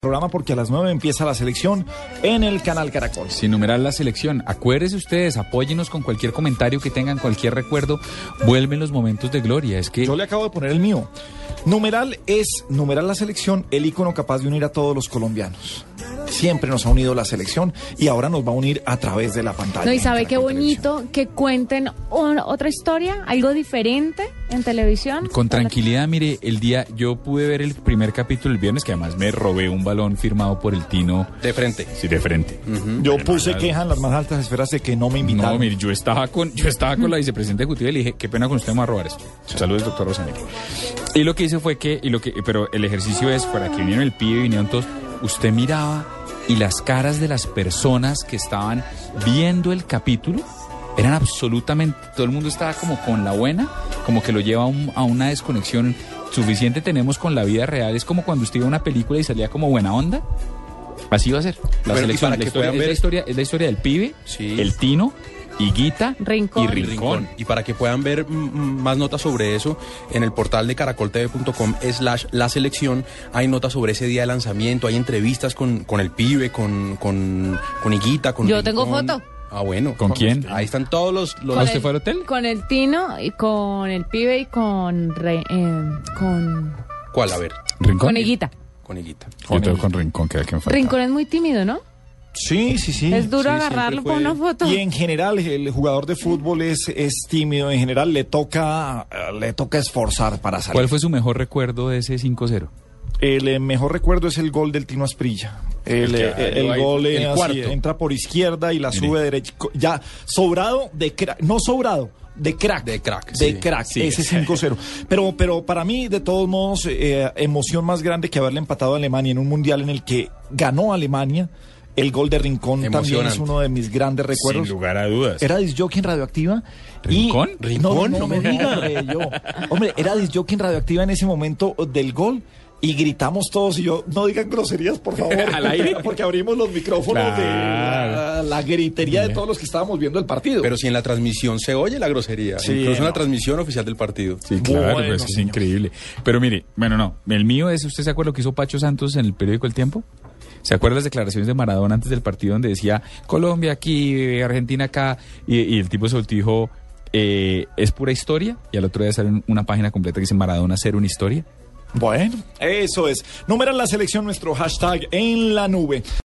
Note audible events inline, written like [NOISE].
programa porque a las 9 empieza la selección en el canal Caracol. Sin numerar la selección, acuérdense ustedes, apóyenos con cualquier comentario que tengan, cualquier recuerdo, vuelven los momentos de gloria. Es que Yo le acabo de poner el mío. Numeral es, numeral la selección, el icono capaz de unir a todos los colombianos. Siempre nos ha unido la selección y ahora nos va a unir a través de la pantalla. No, y en sabe qué Caracol Televisión. bonito que cuenten un- otra historia, algo diferente en televisión. con tranquilidad, mire, el día yo pude ver el primer capítulo el viernes, que además me robé un balón firmado por el Tino, De frente. sí, de frente. Yo puse queja en las más altas esferas de que no me invitaron. No, mire, yo estaba con, yo estaba con la vicepresidenta ejecutiva y le dije, qué pena con usted, me voy a robar esto. Saludos, doctor Rosamiro. Y lo que hice fue que, y lo que, pero el ejercicio es, para que vinieron el pibe y vinieron todos, usted miraba y las caras de las personas que estaban viendo el capítulo eran absolutamente, todo el mundo estaba como con la buena, como que lo lleva a, un- a una desconexión suficiente tenemos con la vida real. Es como cuando usted iba a una película y salía como buena onda. Así va a ser. La Bueno, y selección, para la que historia- puedan es la ver- historia, es la historia del pibe, Sí. el Tino, Higuita Rincón. y Rincón. Y para que puedan ver mm, mm, más notas sobre eso, en el portal de caracoltv.com slash la selección hay notas sobre ese día de lanzamiento, hay entrevistas con, con el pibe, con, con, con Higuita, con Yo Rincón. tengo foto. Ah, bueno. ¿Con quién? Ahí están todos los... este los- Con usted el- fue al hotel? Con el Tino, y con el pibe y con. Re- eh, con. ¿Cuál? A ver. Con Rincón. Higuita. Con Higuita. Otro con Rincón, que era quien faltaba. Rincón es muy tímido, ¿no? Sí, sí, sí. es duro sí, agarrarlo siempre fue- con una foto. Y en general, el jugador de fútbol es, es tímido. En general, le toca, le toca esforzar para salir. ¿Cuál fue su mejor recuerdo de ese 5-0? El eh, mejor recuerdo es el gol del Tino Asprilla. El, El que eh, el ahí va, gol eh, el así, cuarto. entra por izquierda y la Mire. sube derecha. Co- Ya sobrado de crack, no sobrado, de crack. De crack, De sí, crack, sí. ese 5-0. Pero, pero para mí, de todos modos, eh, emoción más grande que haberle empatado a Alemania en un mundial en el que ganó Alemania. El gol de Rincón también es Emocionante. uno de mis grandes recuerdos. lugar a dudas. Era disjockey en radioactiva. y- ¿Rincón? No, ¿Rincón? No, no, me diga, hombre, yo. Hombre, era disjockey en radioactiva en ese momento del gol. Y gritamos todos y yo, no digan groserías, por favor. [LAUGHS] Al aire. [LAUGHS] Porque abrimos los micrófonos de la, Claro. la gritería de todos los que estábamos viendo el partido. Pero si en la transmisión se oye la grosería, Sí, incluso en no. la transmisión oficial del partido. Sí, claro, Bueno, pues, es señor. increíble. Pero mire, bueno, no, el mío es, ¿usted se acuerda lo que hizo Pacho Santos en el periódico El Tiempo? ¿Se acuerda las declaraciones de Maradona antes del partido donde decía Colombia aquí, Argentina acá? Y, y el tipo se volteó y dijo, eh, es pura historia. Y al otro día sale un- una página completa que dice Maradona ser una historia. Bueno, eso es. Número en la selección, nuestro hashtag en la nube.